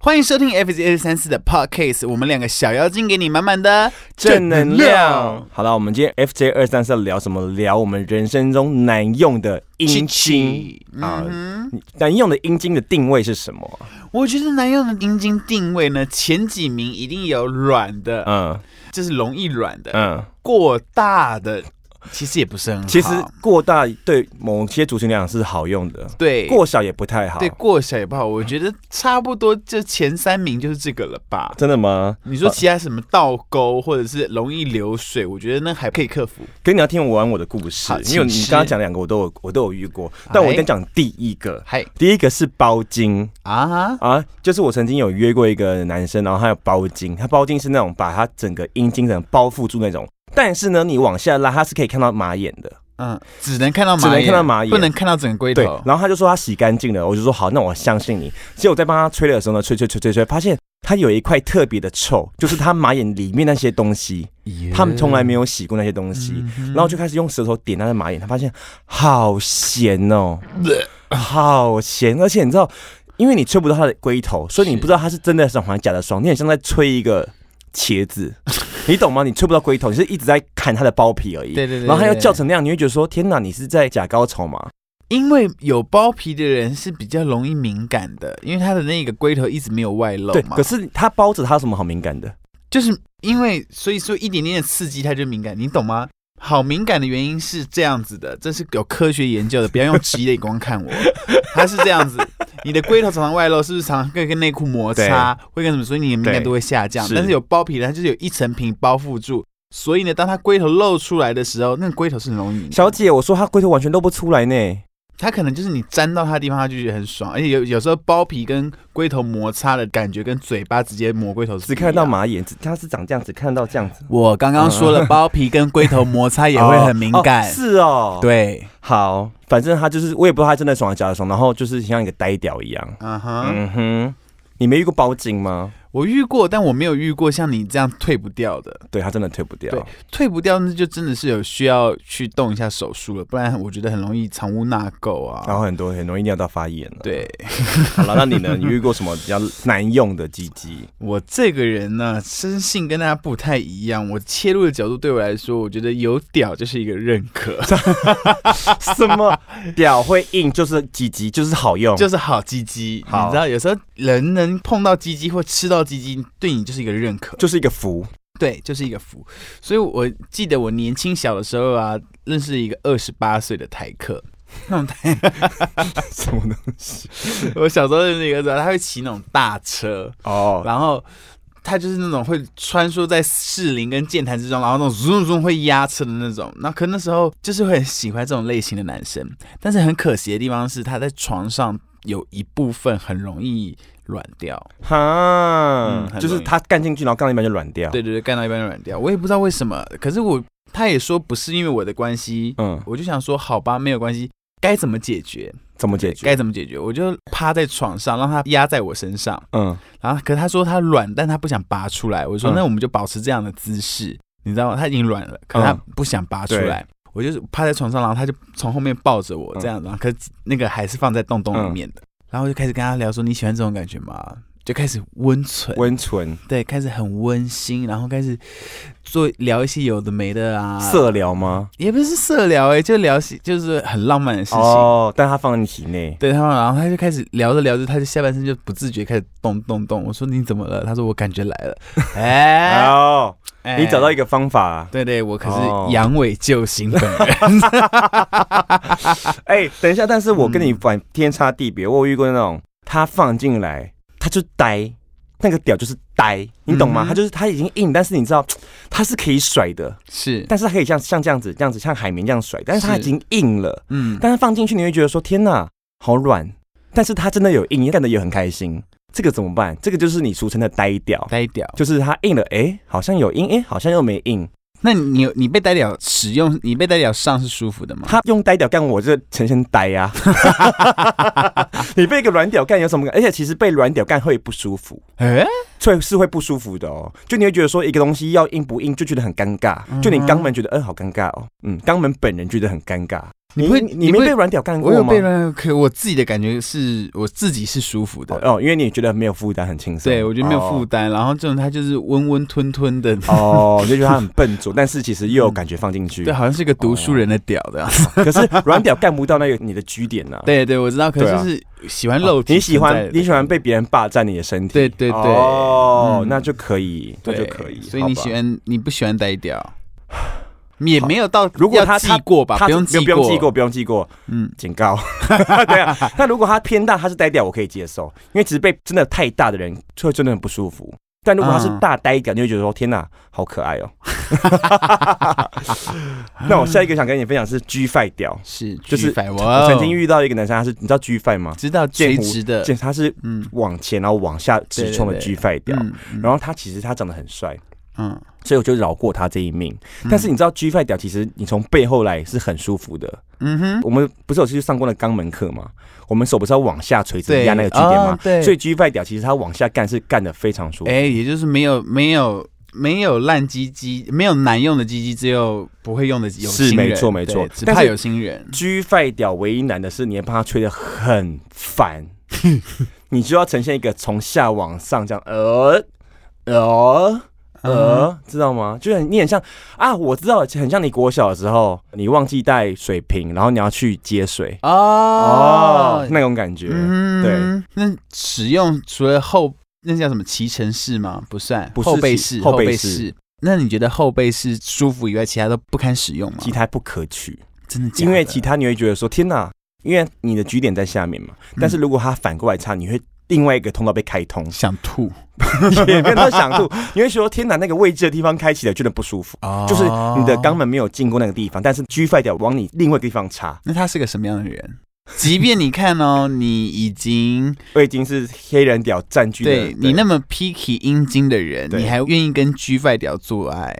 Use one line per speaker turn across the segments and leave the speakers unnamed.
欢迎收听 FZ 三四的 Podcast，我们两个小妖精给你满满的。。
好了，我们今天 FJ 二三是要聊什么？聊我们人生中难用的阴茎啊，难用的阴茎的定位是什么？
嗯我觉得男用的阴茎定位呢，前几名一定有软的，
嗯
就是容易软的；
嗯，
过大的其实也不是很好。
其实过大对某些族群来讲是好用的，
对
过小也不太好
对。过小也不好，我觉得差不多就前三名就是这个了吧。
真的吗？
你说
啊
其他什么倒钩或者是容易流水，我觉得那还可以克服。
可是你要听完我的故事
好，
因为
请哎
你
示
刚刚讲两个我都有我都有遇过，但我先讲第一个，
嗨
第一个是包茎
啊哈，
啊，就是我曾经有约过一个男生，然后他有包茎，他包茎是那种把他整个阴茎整个包覆住那种，但是呢，你往下拉，他是可以看到马眼的，
嗯，只能看到马
只
眼，
能看到马眼
不能看到整个龟
对
头。。
然后他就说他洗干净了，我就说好，那我相信你。结果我在帮他吹的时候呢，吹吹吹吹吹，发现他有一块特别的臭，就是他马眼里面那些东西。他们从来没有洗过那些东
嗯
西，然后就开始用舌头点他的马眼，他发现好咸哦，好咸，而且你知道，因为你吹不到他的龟头，所以你
是
不知道他是真的爽还是假的爽，你很像在吹一个茄 子，你懂吗？你吹不到龟头，你是一直在砍他的包皮而已。
对对对
然后他又
对
叫成那样，你会觉得说天哪，你是在假高潮吗？
因为有包皮的人是比较容易敏感的，因为他的那个龟头一直没有外露
对，
嘛。
可是他包着，他有什么好敏感的？
就是因为所以说一点点的刺激他就敏感，你懂吗？好敏感的原因是这样子的，这是有科学研究的，不要用奇异的眼光看我。它是这样子，你的龟头常常外露，是不是常常会跟内裤摩擦，会跟什么？所以你的敏感度会下降。
是
但是有包皮的，它就是有一层皮包覆住，所以呢，当它龟头露出来的时候，那个龟头是很容易敏感
小姐，我说他龟头完全露不出来呢。
它可能就是你沾到它的地方，它就觉得很爽，而且有有时候包皮跟龟头摩擦的感觉，跟嘴巴直接磨龟头是
只
不
看得到
一样？
马眼，只它是长这样，只看得到这样子，
我刚刚说了，包皮跟龟头摩擦也会很敏感，
哦哦是哦，，
对，
好，反正他就是，我也不知道他真的爽还是假的爽，然后就是像一个呆屌一样。
嗯哼，
嗯哼，你没遇过包茎吗？
我遇过，但我没有遇过像你这样退不掉的，
对他真的退不掉
对。退不掉那就真的是有需要去动一下手术了，不然我觉得很容易藏污纳垢啊。
然后很多很容易尿道发炎了。，
对
好了，那你 呢？你遇过什么比较难用的鸡鸡？
我这个人呢，生性跟大家不太一样，我切入的角度对我来说，我觉得有屌就是一个认 可。
什么屌会硬就是鸡鸡就是好用，
就是好鸡鸡，
好
你知道有时候人能碰到鸡鸡或吃到鸡鸡，对你就是一个认可，
就是一个福。
对，就是一个福。所以我记得我年轻小的时候啊，认识一个二十八岁的台客，那种台，
什么东西？
我小时候认识一个，他会骑那种大车，
哦，
然后。他就是那种会穿梭在士林跟剑潭之中，然后那种 zoom zoom 会压车的那种。那可那时候就是会很喜欢这种类型的男生，但是很可惜的地方是他在床上有一部分很容易软掉。
哈
嗯，很
就是
容易
他干进去，然后干到一半就软掉。，
对对对，干到一半就软掉，我也不知道为什么。可是我他也说不是因为我的关系，
嗯，
我就想说好吧，没有关系，该怎么解决
怎么解决？
该怎么解决，我就趴在床上让他压在我身上。
嗯，
然后可是他说他软，但他不想拔出来。我就说、
嗯
那我们就保持这样的姿势，你知道吗？他已经软了，可是他
嗯
不想拔出来。我就是趴在床上，然后他就从后面抱着我
嗯
这样子，然后可是那个还是放在洞洞里面的。然后我就开始跟他聊说你喜欢这种感觉吗？就开始温存，
温存、
对，开始很温馨，然后开始做聊一些有的没的啊，
色疗吗？
也不是色聊哎、就聊些就是很浪漫的事情。
哦，但它放在你体内，
对他们，然后他就开始聊着聊着，他就下半身就不自觉开始动动动。我说你怎么了？他说我感觉来 了。哎、
哦，
哎
你找到一个方法。
对对，我可
哦
是阳痿救星本 人。
哎，等一下，但是我跟你
嗯
反天差地别，我有遇过那种他放进来，他就呆，那个屌就是呆，你懂吗
嗯？哼
他就是他已经硬，但是你知道他是可以甩的，
是，
但是他可以像像这样子，这样子像海绵这样甩，但是他
是
已经硬了，
嗯，
但是放进去你会觉得说天哪，好软，但是他真的有硬，干的也很开心，这个怎么办？这个就是你俗称的呆屌。
呆屌。
就是他硬了，哎、好像有硬，哎、好像又没硬，
那你你你被呆屌使用，你被呆屌上是舒服的吗？
他用呆屌干我，这呈现呆呀、啊。你被一个软屌干有什么感？而且其实被软屌干会不舒服，
哎、
会是会不舒服的哦。就你会觉得说一个东西要呃硬不硬，就觉得很尴尬。就你肛门觉得，嗯、好尴尬哦。嗯，肛门本人觉得很尴尬。
你不会
你
你不
没
会
被软屌干过
我有
吗
被？人，可我自己的感觉是我自己是舒服的，
哦，因为你觉得没有负担，很轻松。
对我觉得没有负
哦
担。然后这种他就是温温吞吞的，
哦。哦，就觉得他很笨拙，但是其实又有感觉放进 去
对，。好啊像是个读书人的屌的。
可是软屌干不到那个你的据点呐。
对对，我知道，可
哦对
是
啊
就是喜欢露体、
你喜欢你喜欢。被别人霸占你的身体。
对对对
哦，
嗯
那就可以，那
对，
就可以。
所以你
好吧
喜欢你不喜欢呆掉，也没有到
如果
要
他
记
他
过吧，
他
用
不
记
用不用记过，不用记过，
嗯，
警告。 对啊，那如果他偏大，他是呆屌，我可以接受，因为其实被真的太大的人会真的很不舒服。但如果他是
嗯
大呆屌，你会觉得说天哪，好可爱 哦。那我下一个想跟你分享是 G Five 屌，
是
就是
举反我
我曾经遇到一个男生，他是你知道 G Five 吗？
知道垂
见骨
直的，
就他是
嗯
往前然后往下直冲的
对
G
对
Five 屌，
嗯，
然后他其实他长得很帅，
嗯
所以我就饶过他这一命。但是你知道 G Five 屌其实你从背后来是很舒服的，
嗯哼，
我们不是有去上过那肛门课吗？我们手不是要往下垂直
对
压那个据点吗
哦？对
所以 G 派屌其实它往下干是干的非常舒服。
哎，也就是没有没有没有烂鸡鸡，没有难用的鸡鸡，只有不会用的有
是
心人
没错没错
对只
但
怕
是
有心人，
G 派屌唯一难的是你要帮它吹的很 烦，你就要呈现一个从下往上这样，呃
嗯
呃呃，知道吗？就很你很像啊，我知道，很像你国小的时候，你忘记带水瓶，然后你要去接水
哦
哦，那种感觉。
嗯
对。
那使用除了后那叫什么脐橙式吗？不算，
不是
后背
脐
式，
后背
背
式
式。那你觉得后背式舒服以外，其他都不堪使用吗？
其他不可取，
真的假的？，
因为其他你会觉得说天哪，因为你的局点在下面嘛，但是如果它反过来插，你会另外一个通道被开通
想吐，
也没有到想 吐，你会说天哪，那个未知的地方开启了，觉得不舒服，
哦
就是你的肛。门没有进过那个地方，但是 G 坏掉往你另外一个地方插，
那他是个什么样的人？即便你看 哦，你已经
我已经是黑人屌占据了
对你那么 picky 阴茎的人，
对
你还愿意跟 G 外屌做爱，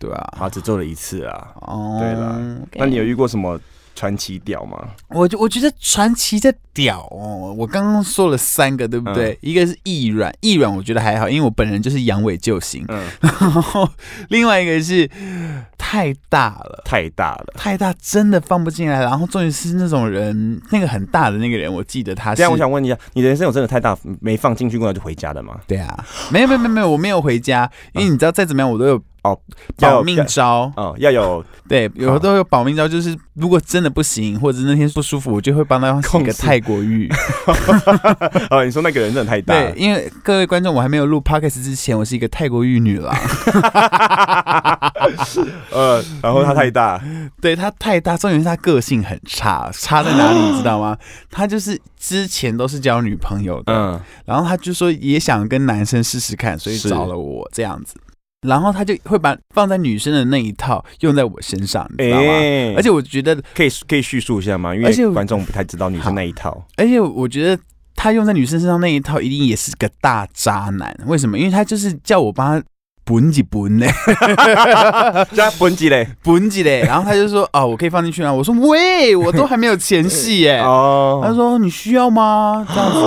对啊？
好只做了一次啊，
哦，
对啦
OK
那你有遇过什么传奇屌吗？
我就我觉得传奇这屌哦，我刚刚说了三个，对不对？
嗯
一个是易软，易软我觉得还好，因为我本人就是阳痿就行。
嗯，
然后另外一个是太大了。
太大了。
太大真的放不进来，然后重点是那种人，那个很大的那个人，我记得他
这
是
样我想问一下，你的人生有真的太大没放进去过然后就回家的吗？
对啊，没有没有没有没有，我没有回家，因为你知道再怎么样我都有
嗯哦
保命招，
哦，要有
对，有的都有保命招，就是如果真的不行或者那天不舒服，我就会帮他洗
控
个
制
泰国浴。
哦，你说那个人真的太大了
对，。因为各位观众，我还没有录 podcast 之前，我是一个泰国玉女啦。
呃，然后他太大，
对她太大，重点是她个性很差，差在 哪里你知道吗？她就是之前都是交女朋友的，
嗯，
然后她就说也想跟男生试试看，所以
是
找了我这样子。然后她就会把放在女生的那一套用在我身上，你知道吗？
哎
而且我觉得，
可以可以叙述一下吗？因
而且
为
我
观众不太知道女生那一套，
而且我觉得她用在女生身上那一套一定也是个大渣男。为什么？因为她就是叫我帮她滚几滚嘞。
加本 级嘞
本 子嘞，然后他就说啊，我可以放进去吗？我说喂，我都还没有前戏耶。
哦
哎他说你需要吗？ 这样子，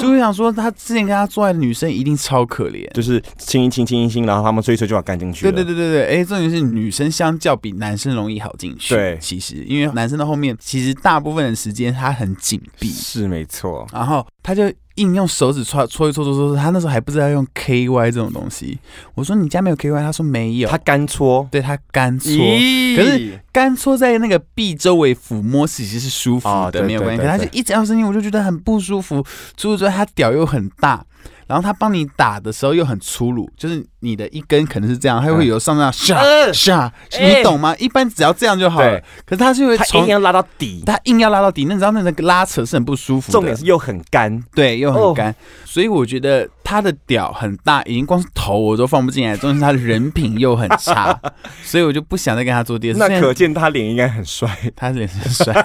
所以我想说，他之前跟他做爱的女生一定超可怜。
就是亲一亲亲一亲，然后他们吹一吹就把它干进去
对
了。
对对对对，哎，重点是女生相较比男生容易好进去。
对
其实因为男生的后面，其实大部分的时间他很紧闭，
是没错。
然后他就硬用手指戳戳一戳戳戳，戳他那时候还不知道用 K Y 这种东西。我说你家没有 K Y，他说没有，
他干搓，
对他干搓。
咦
可是干搓在那个臂周围抚摸其实是舒服的，
哦对
没有关系。
对
可
对
他就一直要声音，我就觉得很不舒服。除此之外，他屌又很大，然后他帮你打的时候又很粗鲁，就是你的一根可能是这样，他会有上上下
呃
下，
哎
你懂吗？一般只要这样就好了
对。
可是他是会
他一定
从
要拉到底，
他硬要拉到底，那你知道那个拉扯是很不舒服的。
重点是又很干。
对，又
哦
很干，所以我觉得他的屌很大，已经光是头我都放不进来，重点是他的人品又很 差，所以我就不想再跟他做第二次。
那
虽然
可见他脸应该很帅，
他脸很帅，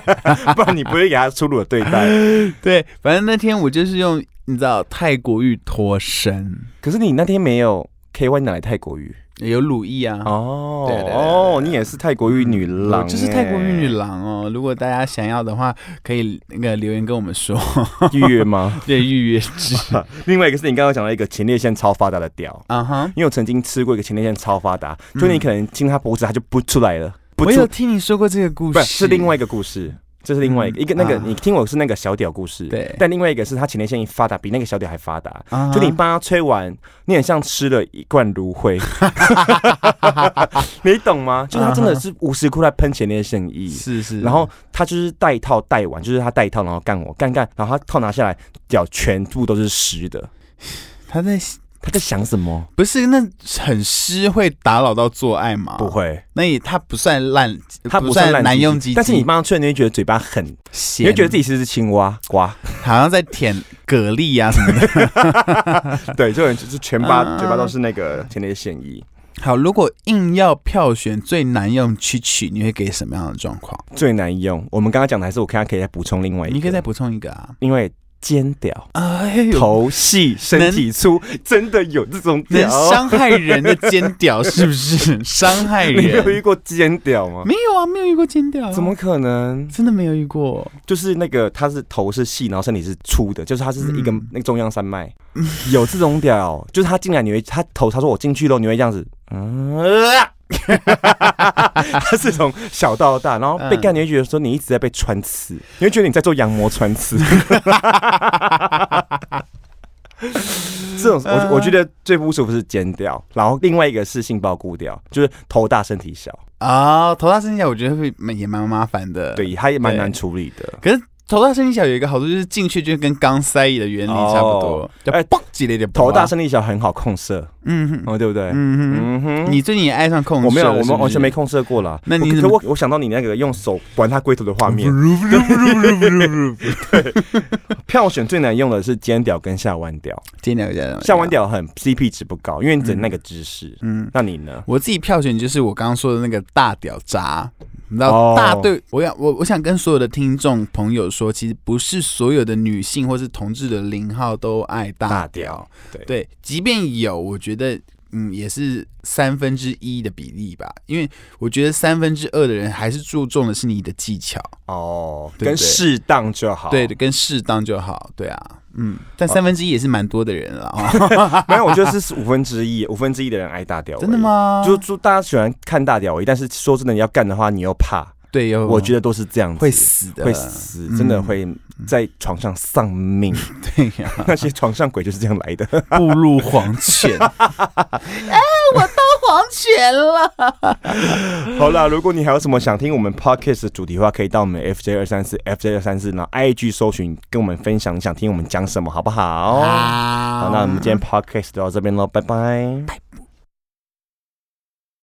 不然你不会给他粗鲁的 对待。
对，反正那天我就是用你知道泰国浴脱身，
可是你那天没有 K Y 哪来泰国语
有鲁艺啊，
哦
对对对对
哦，你也是泰国语女
我
郎，
就是泰国浴
欸
女郎哦。如果大家想要的话，可以那个留言跟我们说，
预 约吗？
对预约制
另外一个是你刚刚讲到一个前列腺超发达的屌，
啊哈。
因为我曾经吃过一个前列腺超发达，就你可能亲他脖子，他就不出来了，
嗯
不
我有
出，
听你说过这个故
不
事，
是是另外一个故事，这是另外一个、
嗯
一个那个、
啊
你听我是那个小屌故事，
对
但另外一个是他前列腺发达比那个小屌还发达，
啊
就你帮他吹完，你很像吃了一罐 芦荟，你懂吗？就是他真的是无时无刻在喷前列腺液，
是是，
然后他就是带套带完，就是他带套然后干我干干，然后他套拿下来，屌全部都是湿的，
他在
他在想什么？
不是那很湿会打扰到做爱吗？
不，会，
那也他不算烂，
他
不
哦算
算
烂
难
鸡
用
鸡
鸡鸡，
但是你帮他吹，你会觉得嘴巴很，你
咸，
会觉得自己是只青蛙瓜，
好像在舔蛤蜊啊什么的。
对，就很就是全巴
啊
嘴巴都是那个前列腺液。
好，如果硬要票选最难用曲曲，你会给什么样的状况？
最难用，我们刚刚讲的还是我看他嗯可以再补充另外一个，
你可以再补充一个啊。
因为尖屌。
哎呦，
头细身体粗，真的有这种
能
屌？
伤害人的尖屌是不 是？伤害
你没
人
有遇过尖屌吗？
没有啊，没有遇过尖屌啊，
怎么可能？
真的没有遇过？
就是那个他是头是细，然后身体是粗的，就是他是一个、
嗯
那个中央山脉，有这 种屌，就是他进来你会他头他说我进去喽，你会这样子，嗯，他是从小到大，然后被干你会觉得说你一直在被穿刺，你会觉得你在做羊膜穿刺。 这种
嗯
我我觉得最不舒服是尖屌，然后另外一个是杏鲍菇屌，就是头大身体小，
啊、头大身体小，我觉得会蛮也蛮麻烦的。，
对，他也蛮
对
难处理的。
头大身体小有一个好处就是进去就跟钢塞的原理差不多
哦，
就
哎
嘣几了一点。
头大，身体小很好控射，
嗯哼，
哦，对不对？
嗯
嗯
哼，
哼，
你最近也爱上控制
我没有，
了
我
是
们
不
完全没
是
控射过啦。
那你
我
怎
可
么
我我想到你那个用手玩他龟头的 画面，票选最难用的是尖屌跟下弯屌，
尖屌尖屌，
下 弯屌很 CP 值不高，因为你整那个姿势。
嗯，
那你呢？
我自己票选就是我刚刚说的那个大屌渣，你知道、
哦
大对我想我我想跟所有的听众朋友说，其实不是所有的女性或是同志的零号都爱大
大屌对
对，即便有，我觉得。嗯，也是三分之一的比例吧，因为我觉得三分之二的人还是注重的是你的技巧，
哦，
对
跟
对
适当就好。
对，跟适当就好，对啊，嗯，但
哦
三分之一也是蛮多的人了 啊，
没有，我觉得是五分之一，五分之一的人爱大屌。
真的？吗？
就就大家喜欢看大屌而已，但是说真的，你要干的话，你又怕。
对，有
我觉得都是这样子，
嗯会死的，
会死，
嗯
真的会在床上 丧命。
对呀、
那些床上鬼就是这样来的。
步入黄泉。 哎，我到黄泉了。
好啦，如果你还有什么想听我们 podcast 的主题的话，可以到我们 FJ 二三四 FJ 二三四，然后 IG 搜寻跟我们分哦
啊
享你想听我们讲什么，好不好？好，那我们今天 podcast 就到这边喽，拜拜。
拜拜。